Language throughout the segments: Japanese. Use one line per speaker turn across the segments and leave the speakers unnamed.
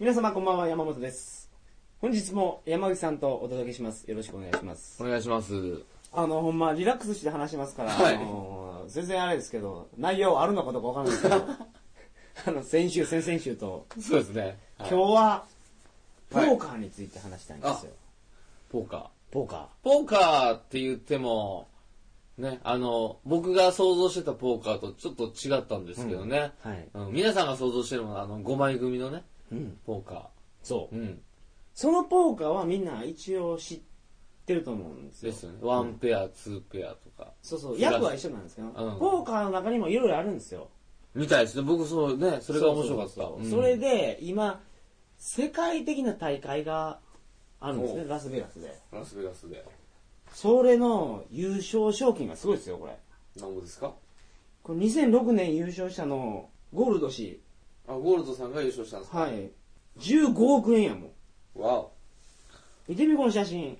皆様こんばんは、山本です。本日も山口さんとお届けします。よろしくお願いします
お。願いします。
あの、ほんま、リラックスして話しますから、
はい
あの全然あれですけど、内容あるのかどうかわかんないですけど、 あの、先週、先々週と、
そうですね。
今
はい
日は、ポ
はい
ーカーについて話したいんですよ。
ポーカー。
ポーカ
ポーカーって言っても、ね、あの、僕が想像してたポーカーとちょっと違ったんですけどね。
ー。はい。
うん皆さんが想像してるのは、あの、5枚組のね、
うん。
ポーカ
そう
ー。。うん。
そのポーカーはみんな一応知ってると思うんですよ。
ですよね。ワンペア、ツーペアとか。
そうそう、役は一緒なんですけど、
うん
ポーカーの中にもいろいろあるんですよ。
みたいですね。僕、そうね、それが面白かった。
そうそうそう
うん
それ、で、今、世界的な大会があるんですね、
お
ラスベガスで。
ラスベガスで。
それの優勝賞金がすごいですよ、これ。
何もですか
これ2006年優勝したの、ゴールド氏。
あ、ゴールドさんが優勝したんで
はい。15億円やもん。
わお。
見てみ、この写真。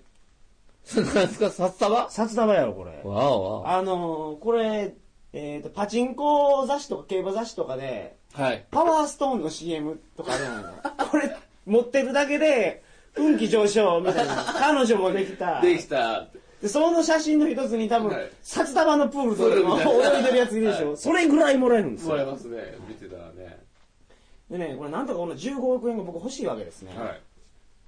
何ですか札束わ
札束やろ、これ。
おわ
あのー、これ、えっ、と、パチンコ雑誌とか競馬雑誌とかで、
お。はい。
パワーストーンの CM とかあるじゃない のこれ、持ってるだけで、運気上昇みたいな。彼女もできた。
できたって。
で、その写真の一つに多分、
はい
札束のプールとかでも
プールみた
泳
いな
いでるやついるでしょ、
はい
それぐらいもらえるんです
もらえ
よ。
ますね。見てたらね。
でね、これなんとかこの15億円が僕欲しいわけですね。
はい。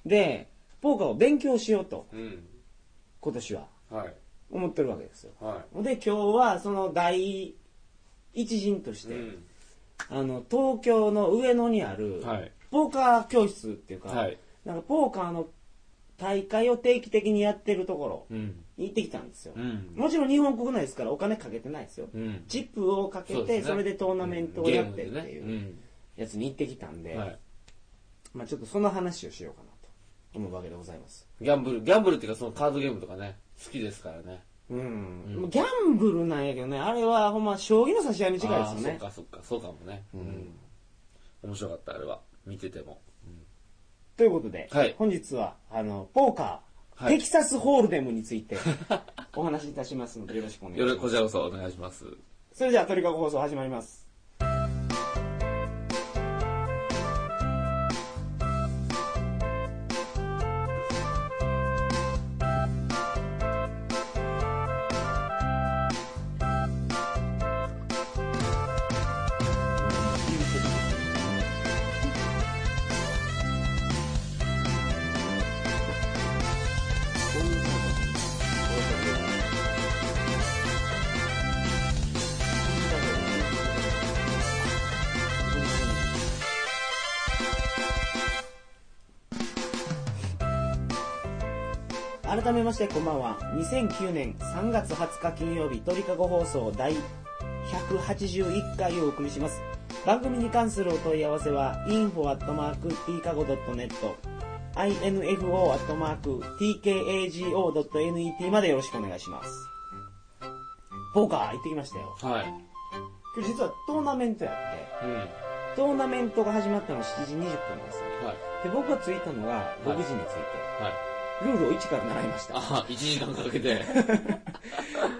で、ポーカーを勉強しようと、
うん。
今年は
はい。
思ってるわけですよ。
は
で、今日はその第一人とし
い。う
て、
ん。
あの、東京の上野にある、
はい。
ポーカー教室っていうか、
はい。
なんかポーカーの大会を定期的にやってるところ
うん。
に行ってきたんですよ。
うん。
もちろん日本国内ですからお金かけてないですよ。
うん。
チップをかけ
うで
て、
すね
それでトーナメントをやってって
ゲームで
い
ね
うやつに行ってきたん
うん
で
は、い。
まあちょっとその話をしようかなと思うわけでございます。
ギャンブル、ギャンブルっていうかそのカードゲームとかね、好きですからね。
う。
うんん
もうギャンブルなんやけどね、あれはほんま将棋の差し合いに近いですよね
あー。そっかそっか、そうかもね。
うん。
面白かった、あれは。見てても。
ということで
はい、
本日は、あの、ポーカー、
はい
テキサスホールデムについてお話しいたしますのでよろしくお願いし
よろ
ま
こ
す。
ちらこそお願いします。
それではトリカゴ放送始まります。改めましてこんばんは2009年3月20日金曜日鳥かご放送第181回をお送りします番組に関するお問い合わせは info.tkago.net info.tkago.net までよろしくお願いしますポーカー行ってきましたよ
はい。
今日実はトーナメントやって
うん。
トーナメントが始まったのが7時20分なんですよ
はい。
で僕が着いたのが6時に着い
はい。
て、ルールを1から習いました
あ、1時間かけて。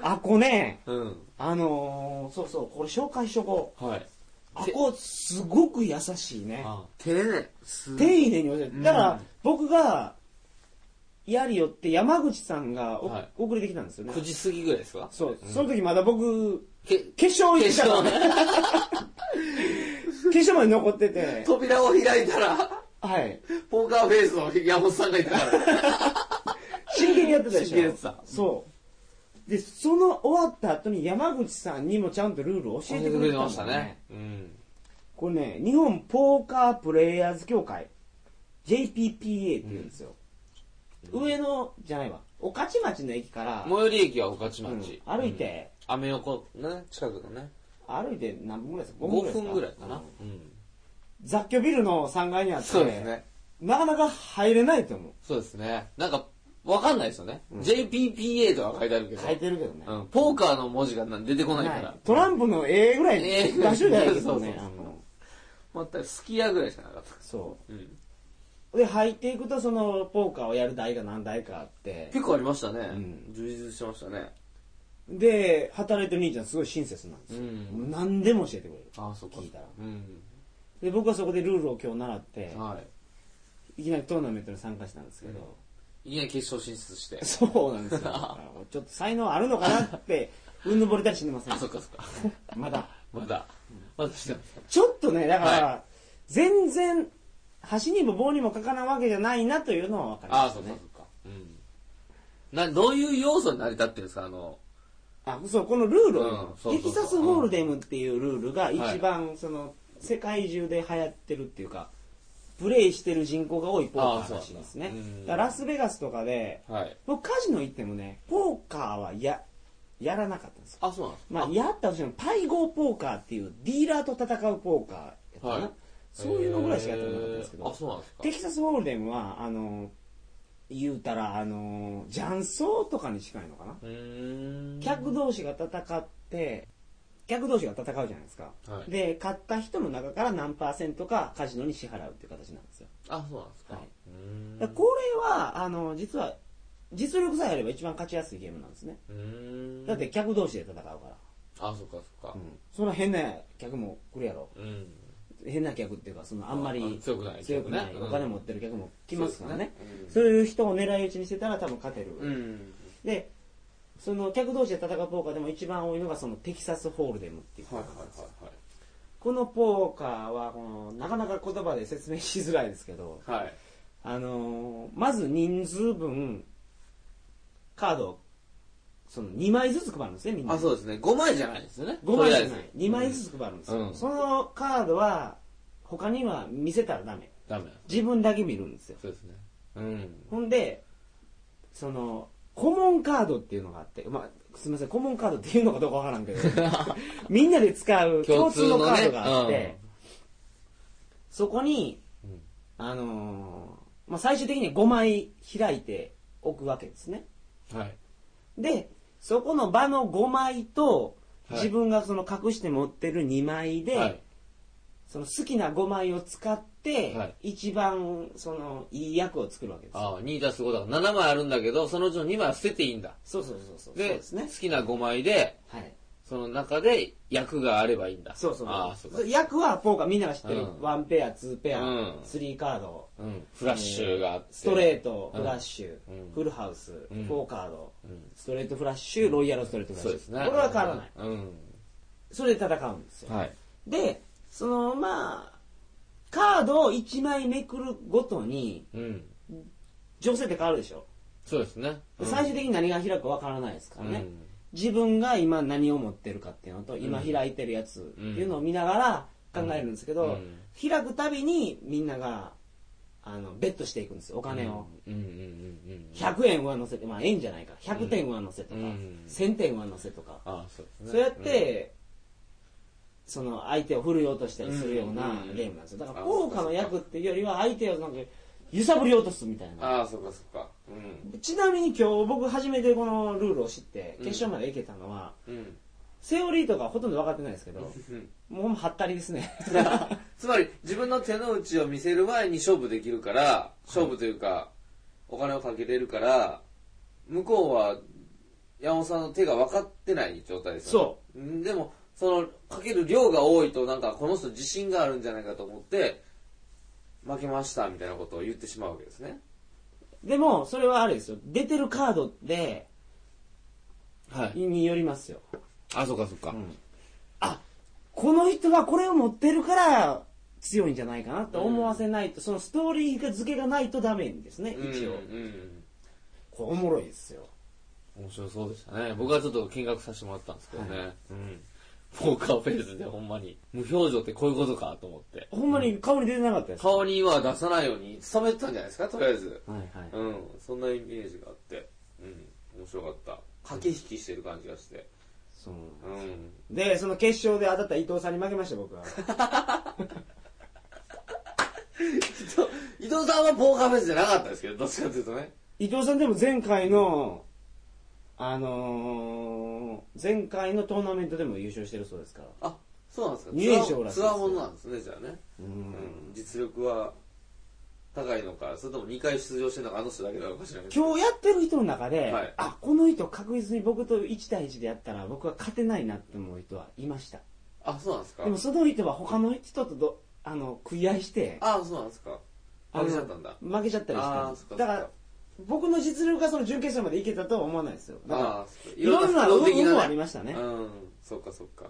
あこね
うん。
あのー、そうそう、これ紹介しとこう。
はい。
あこ、すごく優しいね。
あ手ね。す
丁寧に教えて。だから、
うん
僕が、やりよって山口さんがお、
はい
遅れてきたんですよね
9。時過ぎぐらいですか
そう、その時まだ僕、
け
決勝行ってた
決
から ね。
勝
決勝まで残って て、
扉を開いたら、
はい。
ポーカーフェイスの山本さんがいたから。
真剣にやってたでしょ。
真剣にやってた
そう。で、その終わった後に山口さんにもちゃんとルールを教
教
え
え
て
て
く
く
れ
れ
てた
てま
もん
したね。うん。
これね、日本ポーカープレイヤーズ協会、JPPA って言うんですよ。上野じゃないわ、御徒町の駅から、
最寄り駅は御徒
うん
町。
歩い。て、
アメ横ね、近くのね。
歩いて何分ぐらいですか
5分ぐらいかな
うん。
うん。
雑居ビルの3階にあって、
そうですね。
なかなか入れないと思う。
そうですね。なんか、わかんないですよね。JPPA とか書いてあるけど。
書いてるけどね。
うん。ポーカーの文字がな出てこないか
な
ら
い。トランプの A ぐらい出
A
しといたらいい けどね。
そうそうそう
あの
まったく、スキヤぐらいしかなかった。
そ
うん。
う。で、入っていくと、その、ポーカーをやる台が何台かあって、
結構ありましたね
ん。
充実してましたね。
で、働いてる兄ちゃんすごい親切なんですよ。
うん
何でも教えてくれる。
ああ、そっ
聞いたら
うん。
で僕はそこでルールを今日習って
はい。
いきなりトーナメントに参加したんですけど、
いきなり決勝進出 して。
そうなんですよ。だからちょっと才能あるのかなって、うんぬぼれたりしてません
あ、。そっかそっか。
まだ。
まだ。まだしてますか。
ちょっとね、だから、全然、橋にも棒にもかからんわけじゃないなというのは分かり
あ
ま
ー、
した
そっかそ
ね
っ。か。うん。な、どういう要素に成り立ってるんですかあの、
あ、そう、このルールをね、
うんそうそうそう
テキサスホールデムっていうルールが一番、その、世界中で流行ってるっていうか、プレイしてる人口が多いポーカーらしいです
あ
ね
そうなん。だ
だからラスベガスとかで、
はい。
僕カジノ行ってもね、ポーカーはや、やらなかったんですよ
あ、そうなんですか
まあ、やったとしても、パイゴーポーカーっていうディーラーと戦うポーカーやったかな、
はい
そういうのぐらいしかやったことなかったんですけ
へーあ、
ど、
そうなんですか
テキサスホールデンは、あの、言うたら、あの、雀荘とかに近いのかな、
うーん。
客同士が戦って、客同士が戦うじゃないですか。
はい
で、買った人の中から何パーセントかカジノに支払うっていう形なんですよ。
あ、そうなんですか。
はいう
ーん
だからこれは、あの、実は、実力さえあれば一番勝ちやすいゲームなんですね。
うーん
だって、客同士で戦うから。
あ、そっかそっか
う。ん。そんな変な客も来るやろ。
うん。
変な客っていうかそのあんまり
あ強くない
強くない
客ねうん
お金持ってる客も来ますからね
そうですねうん
そういう人を狙い撃ちにしてたら多分勝てる、
うん。
でその客同士で戦うポーカーでも一番多いのがそのテキサスホールデムっていう、
はいはいはいはい。
このポーカーはこのなかなか言葉で説明しづらいですけど、
はい。
あのーまず人数分カードをその2枚ずつ配るんですねみんな
あ、そうですね。5枚じゃないですよね。
5枚じゃ
と
ない
りあえず
2枚ずつ配るんですよ、
うん
そのカードは他には見せたらダメ
ダメなんです。
自分だけ見るんですよ
そうですね。うん。
ほんで、その、顧問カードっていうのがあって、まあ、すみません、顧問カードっていうのかどうかわからん けど、みんなで使う共
共
通
通
の
の
カード
ね
があって、
うん
そこに、
うん
あのーまあ、最終的には5枚開いておくわけですね。
はい。
で、そこの場の5枚と、
はい
自分がその隠して持ってる2枚で、
はい。
その好きな5枚を使って、
はい
一番そのいい役を作るわけですよ。
ああ、2たす5だから7枚あるんだけど、そのうちの2枚は捨てていいんだ。
そうそうそうそう。
で
そうですね
好。きな5枚で、
はい。
その中で役があればいいんだ。
そうそう
ああ、そうか。
役はポーカーみんなが知ってる、
うん
ワンペアツーペア、
うん
スリーカード
うん。フラッシュがあって。
ストレート、
うん
フラッシュ、
うん
フルハウス、フ
うん
ォーカード、
うん
ストレートフラッシュ、ロイヤルストレートフラッ
そう
シュ
ですね。
これは変わらない、
うん。
それで戦うんですよ、
はい。
でそのまあカードを1枚めくるごとに
うん。
情勢って変わるでしょ、
そうですね。
で最終的に何が開くかわからないですか
う
ら
ん
ね、自分が今何を持ってるかっていうのと今開いてるやつっていうのを見ながら考えるんですけど、
うんうん
開くたびにみんながあのベットしていくんですよお金を、。
うんうんうんうん。
100円上乗せてまあ円じゃないか100点上乗せとか、
うん
1000点上乗せとか、
ああ、そうです
そ
ね。
うやって、その相手を振るようとしたりするような
うん
ゲームなんですよだから
あ
効果の役っていうよりは相手をなんか揺さぶり落とすみたい
うん。
な
ああ、そうかそうか。うん。
ちなみに今日僕初めてこのルールを知って決勝まで行けたのは、
うん。
セオリーとかほとんど分かってないですけど、
うん
もうはったりです ね。
つまり自分の手の内を見せる前に勝負できるから勝負というか、お金をかけれるから向こうは山本さんの手が分かってない状態ですよ、ね、そうでもそのかける量が多いとなんかこの人自信があるんじゃないかと思って負けましたみたいなことを言ってしまうわけですね
でも、それはあれですよ。出てるカードで、
は
によりますよ。
あそうかそうか、
あ、この人はこれを持ってるから強いんじゃないかなと思わせないと、そのストーリー付けがないとダメですね、一
一応
応。
うん
これおもろいですよ。
面白そうでしたね僕はちょっと見学させてもらったんですけどね、うんポーカーフェイスでほんまに無表情ってこういうことかと思って
ほんまに顔に出てなかったです。
顔には出さないように努めてたんじゃないですかとりあえず
はいはい。
うんそんなイメージがあってうん面白かった駆け引きしてる感じがして
そう
うん
で、その決勝で当たった伊藤さんに負けました、 僕は。
伊藤さんはポーカーフェイスじゃなかったですけどどっちかというとね
伊藤さんでも前回の、あのー前回のトーナメントでも優勝してるそうですから。
あそうなんですか
二連勝らしいですよ
つわものなんですねじゃあね
う
うんん実力は高いのかそれとも2回出場してるのかあの人だけなのかもしれない
今日やってる人の中で、
はい
あこの人確実に僕と1対1でやったら僕は勝てないなって思う人はいました
あそうなんですか
でもその人は他の人とどあの食い合いして
あそうなんですか
ああの
負けちゃったんだ
負けちゃったり
あーそ
し
ったか
だから僕の実力がその準決勝までいけたとは思わないですよだ
あ
か
あそっから
いろんな
不動
運もありましたね
うんそっかそっか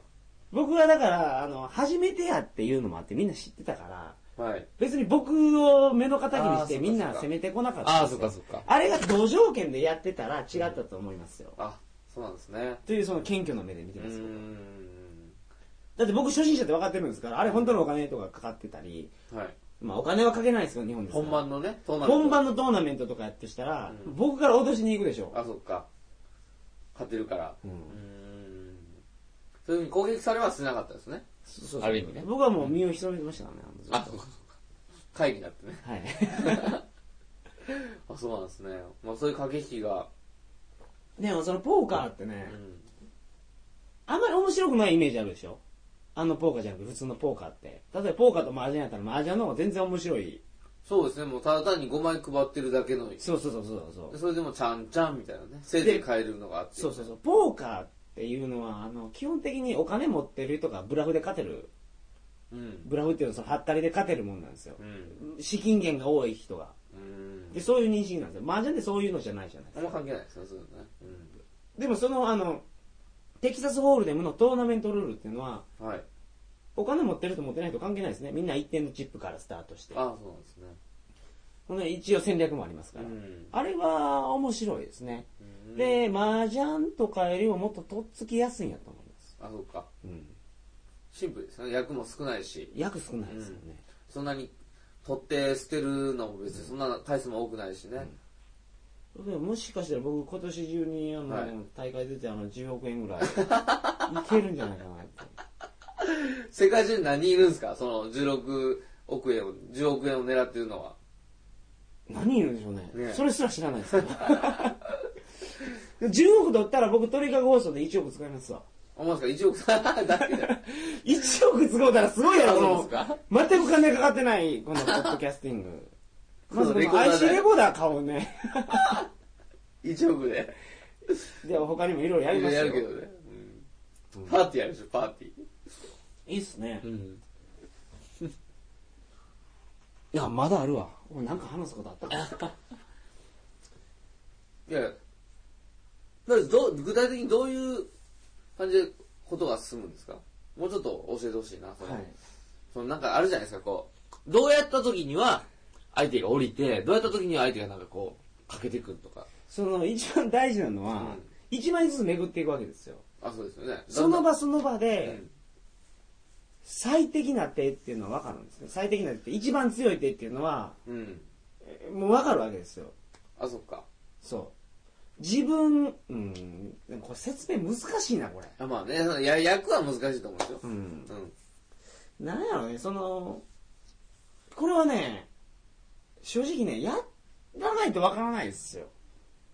僕はだからあの初めてやっていうのもあってみんな知ってたから
はい
別に僕を目の敵にし
あーそっかそってか
みんな攻めてこなかった
あ
ん
あ
です
そっ
よ
かそっか
あれが土条件でやってたら違ったと思いますよ
あそうなんですね
というその謙虚な目で見て
う
ますよ
ん
だって僕初心者って分かってるんですからあれ本当のお金とかかかってたり
はい
まあお金はかけないですよ日本ですから
本番のねトーナメント
本番のトーナメントとかやってしたら、
うん
僕から脅しに行くでしょ
あそっか勝てるから
うん
んそういうふうに攻撃されはしなかったですね
そそうそう
ある意味ね
僕はもう身を潜めてましたからねの
あそうかそうか会議だってね
はい
あそうなんですね、まあ、そういう駆け引きが、
でもそのポーカーって
う
ね、
ん、
あんまり面白くないイメージあるでしょあのポーカーじゃなくて普通のポーカーって例えばポーカーと麻雀やったら麻雀の方が全然面白い
そうですねもうただ単に5枚配ってるだけので
そうそうそうそうそう
それでもちゃんちゃんみたいなねせいぜい変えるのがあって
そうそうそうポーカーっていうのはあの基本的にお金持ってる人がブラフで勝てる
うん
ブラフっていうのはそのハッタリで勝てるもんなんですよ
う、ん
資金源が多い人が
うん
でそういう認識なんですよ麻雀ってそういうのじゃないじゃない
あ
で
ん
すか
ま関係ないですねそういうのね、
でもそのあのテキサスホールデムのトーナメントルールっていうのは
うん、はい
お金持ってると持ってないと関係ないですねみんな一点のチップからスタートして
あそうなんですね
ほんで一応戦略もあります
う
から、
ん
あれは面白いですね、
うん
で麻雀とかよりももっととっつきやすいんやと思います、
あそうか
うん、
シンプルですね役も少ないし
役少ないですよね、
そんなに取って捨てるのも別にそんな回数も多くないしね、
でももしかしたら僕今年中にあの、
はい
大会出てあの10億円ぐらいいけるんじゃないかなって
世界中に何人いるんですかその16億円を10億円を狙ってるのは
何いるんでしょうね
ね
それすら知らない ですけど10億取ったら僕鳥かご放送で1億使いますわ
思うんですか1億さんだけだ
1億使うたらすごいやろこ
そう
の
ですか
全く金かかってないこのポッドキャスティングまずこ
レコ
の
ーダー
IC レコーダー買おうね
1億で
でも他にもいろいろやります
や
よ
るけどね、うんパーティーやるでしょパーティ
いいっすね、
ー、
いやまだあるわ俺なんか話すことあったかな
いやだからどう具体的にどういう感じでことが進むんですかもうちょっと教えてほしいなその、
はい
そのなんかあるじゃないですかこうどうやった時には相手が降りてどうやった時には相手がなんかこうかけてくるとか
その一番大事なの
うん
は、一枚ずつ巡っていくわけですよ
あそうですよね
その
だん
場その場
だんう
で
ん
最適な手っていうのは分かるんですね最適な手って一番強い手っていうのは
うん
えもう分かるわけですよ
あそっか
そう自分うんでもこれ説明難しいなこれ
あまあねそのや役は難しいと思うんですよ
うん
うん
なんやろねそのこれはね正直ねやらないと分からないですよ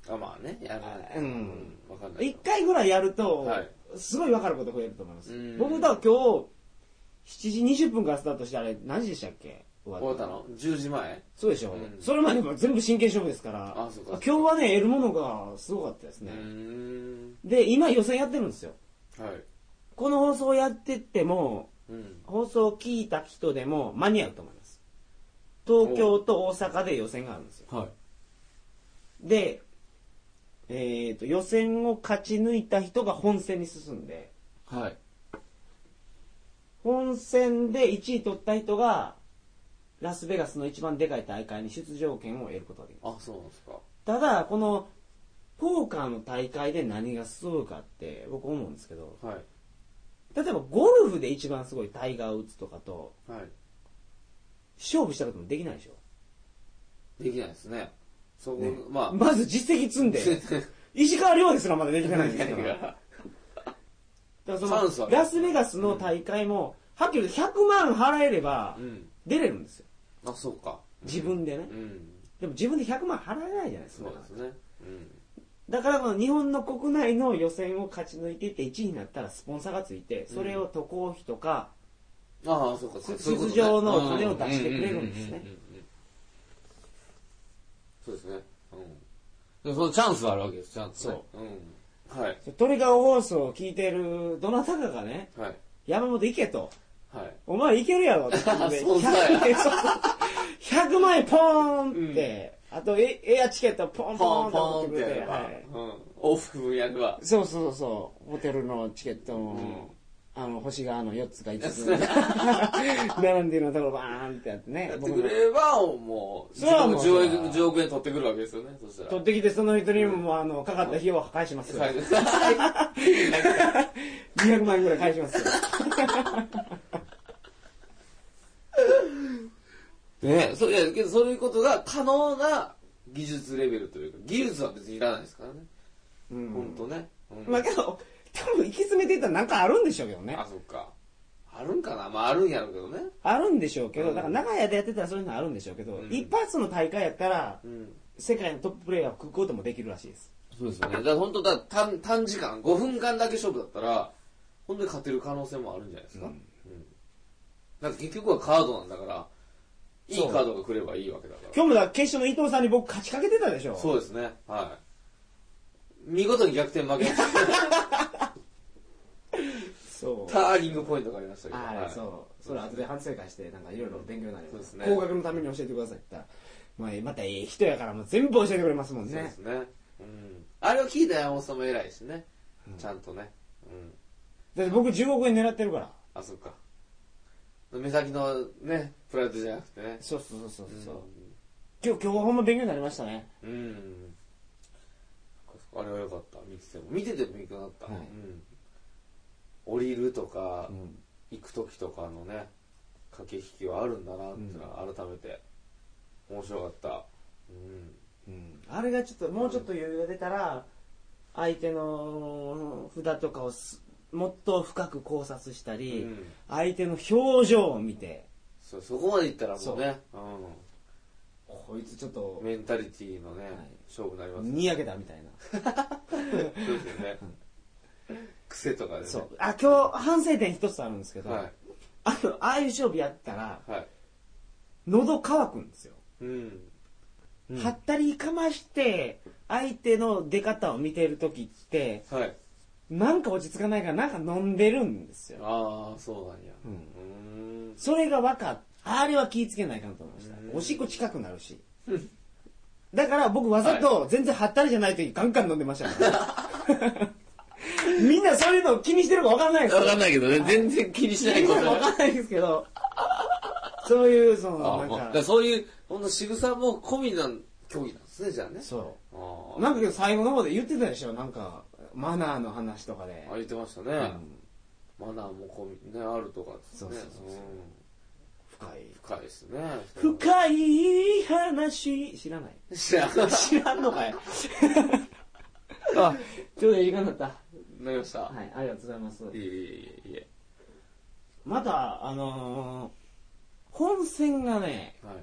あまあねやらない
うん
わかんない
一回ぐらいやると、
はい
すごい分かること増えると思います
うん
僕だから今日7時20分からスタートしてあれ何時でしたっけ
終わったの10時前
そうでしょ、
うん
それまでも全部真剣勝負ですから
あそうか
今日はね得るものがすごかったです
う
ね、
ん
で今予選やってるんですよ
はい
この放送をやってっても
うん
放送を聞いた人でも間に合うと思います東京と大阪で予選があるんですよ
はい
で、えー、と予選を勝ち抜いた人が本戦に進んで
はい
本戦で1位取った人がラスベガスの一番でかい大会に出場権を得ることができる
あそうなんですか
ただこのポーカーの大会で何がすごいかって僕思うんですけど
はい
例えばゴルフで一番すごいタイガー・ウッズとかと
はい
勝負したこともできないでしょ
できないですねそこ
ね
ま
まず実績 積んで石川遼ですらまだできてないんですから
あ
だか
チャ
ら
ンス
そ
は
の
ね
ラスベガスの大会も、はっきり言うと100万払えれば
うん
出れるんですよ
あそうか
自分でね、
うん
でも自分で100万払えないじゃないです
そ
か
うですねうん
だからこの日本の国内の予選を勝ち抜いていって1位になったらスポンサーがついてそれを渡航費とか、
ああそうかそうそういうことね
出場のお金を出してくれるんですね
うううんうんうんそうですねうんでそのチャンスはあるわけですチャンスねうんはい
トリガー放送を聞いてるどなたかがね
はい
山本行けと
はい
お前行けるやろって言って
そうそうや
100 100万円ポーンって、あとエエアチケットポンポン
ポン
って
ポ
送
ン
っ
って
く
てや
れて、
れば、
はい
うん、往復分やれば。
そうそうそう、ホテルのチケット
う
も
ん、
あの、星があの4つか5つ、 並んでるのところバーンってやってね
やっ、てくれば、もう、
それはもう
10, 億10億円取ってくるわけですよね、そしたら。
取ってきてその人にももうあの、かかった費用は返しますよ。
はい
200万円ぐらい返しますよ。
ねそういや、けどそういうことが可能な技術レベルというか、技術は別にいらないですからね。
う
ほ
ん
んとね。うん
まあけど、多分行き詰めていったらなんかあるんでしょうけどね
あ、。そっか。あるんかなまあ、あるんやろうけどね。
あるんでしょうけど、
うん
だから長屋でやってたらそういうのあるんでしょうけど、
うん
一発の大会やったら、
うん。
世界のトッププレイヤーを食うこともできるらしいです。
そうですよね。だから本当だ、短短時間、5分間だけ勝負だったら、本当に勝てる可能性もあるんじゃないですか。
う
うんん。だって結局はカードなんだから、いい
そう
カードが来ればいいわけだから。
今日もだから決勝の伊藤さんに僕勝ちかけてたでしょ。
そうですね。はい。見事に逆転負けました。
そう。
ターニングポイントがありましたけど。
あ
は
れ、
い
そう。それ後で反省会して、なんかいろいろ勉強になりま。
そうですすね
高額のために教えてくださいって言ったら、まあ、またええ人やからもう全部教えてくれますもん
そうで
ね
す。ね。うん。あれを聞いた山本さんも偉いしね
ん。
ちゃんとね。うん。
だって僕10億円狙ってるから。
あ、そっか。目先のね、プライドじゃなくてね。
そうそうそうそうそう。今日、今日はほんま勉強になりましたね。
うん。うん。あれは良かった。見てても。見てても勉強になった。
はい
うん。降りるとか、
ん。
行く時とかのね、駆け引きはあるんだなってのは改めて、面白かった。うん。
あれがちょっと、もうちょっと余裕が出たら、相手の札とかをすもっと深く考察した
う
り、
ん。
相手の表情を見て、
そそこまでいったらもうね、う
こいつちょっと
ん、、メンタリティのね、
い
勝負になりますね
にやけたみたいな。
そうですよね。癖とかでね。
そう。あ、今日、反省点一つあるんですけど、
は
あの、ああいう勝負やったら、
い。はい。
喉乾くんですよ。
うん。うん
はったりかまして、相手の出方を見てるときって、
はい。
なんか落ち着かないから、なんか飲んでるんですよ。
ああ、そうなんや。
う
うんーん。
それが分かっあれは気ぃつけないかんと思いました
う。ん
おしっこ近くなるし。だから僕わざと全然はったりじゃないときガンガン飲んでましたから。みんな そういうのを気にしてるか分かんないですよ
わ。かんないけどね、全然気にしない
気に
こ
して
と
るか分かんないですけど、そういう、そ
あ
の、
ーもう
な
だ
ん
か
か、
らそういう、ほんの仕草も込みなん、競技なんですね、じゃあね。
そ
あ
う。
ー
なんかけど最後の方で言ってたでしょ、なんか、マナーの話とかで
あ。言ってましたね。
うん
マナーも込み、ね、あるとかですね。
そうそうそうそうん深い。
深いですね。
深い話、知らない。
知らん。
知らんのかいあ、ちょうどいい時間だった。
なりました。
はい、ありがとうございます。
いえいえいえい
また、あのー本戦がね、
え。はい。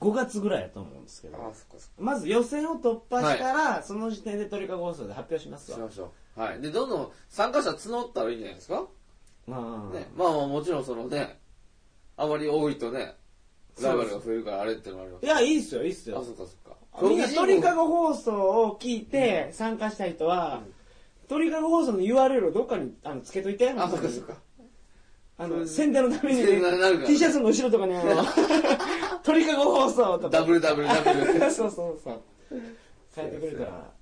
5月ぐらいだと思うんですけ
あ
ど
あ、、そっかそっか。
まず予選を突破したら、その時点でトリカゴ放送で発表します
し
わ。
ましょう。はい。で、どんどん参加者募ったらいいんじゃないですか、
まあ、
ね。まあまあもちろんそのね、あまり多いとね、ライバルが増えるからあれってのもあります
いや、いいっすよ、いいっす
けど。あ、
よ
そ。っかそっか。
みんなトリカ
ゴ
ゴ放送を聞いて参加した人は、
うん
トリカゴ放送の URL をどっかにあのつけといて、
あ、そっかそっか。
あ
そ
の、
う
宣伝のためにね
宣伝になるか、ら
T シャツの後ろとかにあ の、トリカゴ放送とか。
WWW
そうそうそう。変えてくれたら。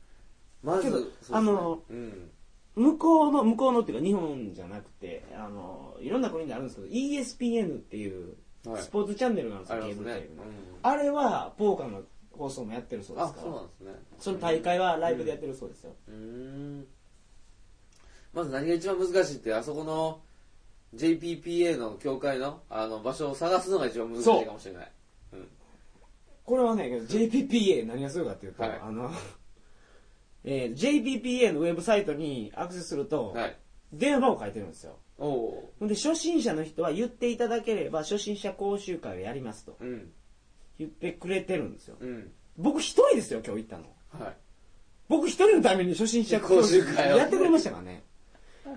まず、
けど
そうですね
あの、
うん。
向こうの、向こうのっていうか日本じゃなくて、あの、いろんな国であるんですけど、ESPN っていう
はい
スポーツチャンネルがあるんです
あ
よ、
り
ケー
ます
ブルテ
ね
レビ。
う
の
ん。
あれは、ポーカーの放送もやってるそうで
あ
す、か
そう
ら
なん、ですね。
その大会はライブでやってるそうですよ。
うーん。まず何が一番難しいって、あそこの JPPA の協会のあの場所を探すのが一番難しいかもしれない。
これはね、JPPA 何がすごいかっていうと、
はい
あの、えー JPPA のウェブサイトにアクセスすると、
はい。
電話を書いてるんですよ。
おお
ほんで、初心者の人は言っていただければ、初心者講習会をやりますと
ー。うん。
言ってくれてるんですよ。
うん。
僕一人ですよ、今日行ったの。
はい。
僕一人のために初心者講習会をやってくれましたからね。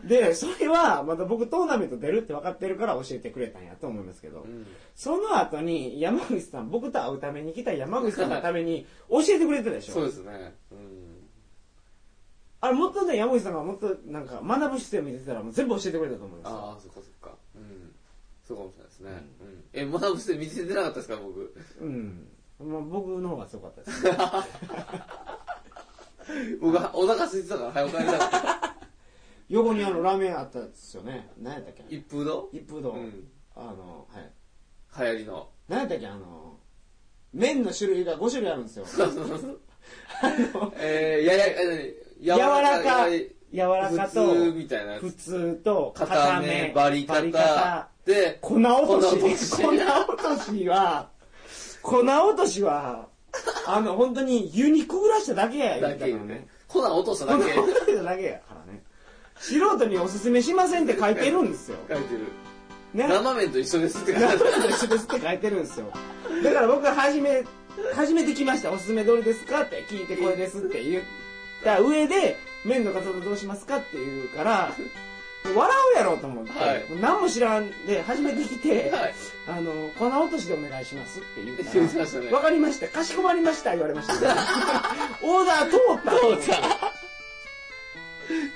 で、それは、また僕トーナメント出るって分かってるから教えてくれたんやと思いますけど、
うん。
その後に山口さん、僕と会うために来た山口さんのために教えてくれてたでし
そう
ょ。
ですね。うん。
あれ、もっとね、山口さんがもっとなんか学ぶ姿勢を見てたらもう全部教えてくれたと思いますよ。
ああ、そっかそっか。うん。そうかもしれないですね。うん。え、マーブスで見せてなかったですか、僕。
うん。まあ、僕の方がすごかったです。
僕は、お腹空いてたから、早く帰りたか った。
横にあの、ラーメン屋あったんですよね。何やったっけ
一風堂
一風堂。
うん
あの、はい。
流行り の。
何やったっけあの、麺の種類が5種類あるん ですよ。あの、
えー、やや、え何
柔らか、柔らかと、
普通みたいなや
普
つ。
通と、
固め、バリ
バ
カタ。で、
粉落とし。粉
粉
落
落
と
と
し
し
は、粉落としは、あの、本当に湯にくぐらしただけや、
だ
言
け
うたのね
ね。。粉落とした
粉
だ け。
落としただけやからね。素人におすすめしませんって書いてるんですよ。
書いてる。
ね。
生麺と一緒ですって書いてあ
生
る。
と一緒ですって書いてるんですよ。だから僕は初め、初めて来ました。おすすめどれですかって聞いてこれですって言った上で、麺の方とどうしますかって言うから、笑うやろうと思って、
はい
何も知らんで、初めて来て、
はい。
あの、粉落としでお願いしますって言う
言ってまし
か
た
ら、
ね
わ、かりました、かしこまりました、言われました。 オーダー通った
通った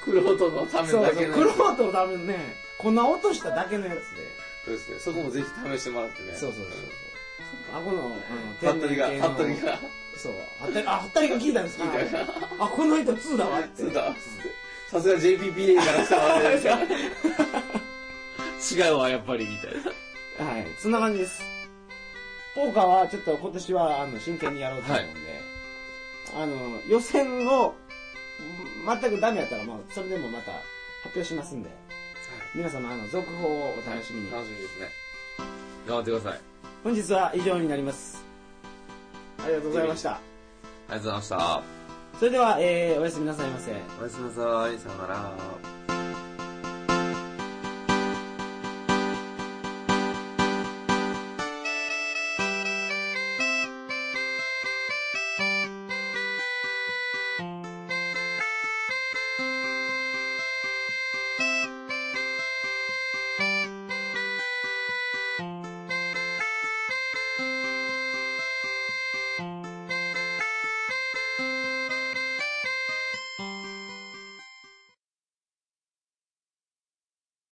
黒人のため
そう
だ
そ
け
う、
の。
クロートのためのね、粉落としただけのやつで。
そうですね。そこもぜひ試してもらってね。
そうそうそうそう。顎の、あの、
ハットリが、ハットリが、
そう。はったり、あ、はったりが聞いたんですか
聞いた
あ、この人2だわって。
そうだ。さすが JPPA からしたらあれですよ 違うわ、やっぱり、みたいな。
はい。そんな感じです。ポーカーはちょっと今年は、あの、真剣にやろうと思うんで、あの、予選を、ん全くダメやったら、まあ、それでもまた発表しますんで、皆様、あの、続報をお楽しみに。
楽しみですね。頑張ってください。
本日は以上になります。ありがとうございました。
ありがとうございました。
それでは、えー、おやすみなさいませ。
おやすみなさい。さよなら。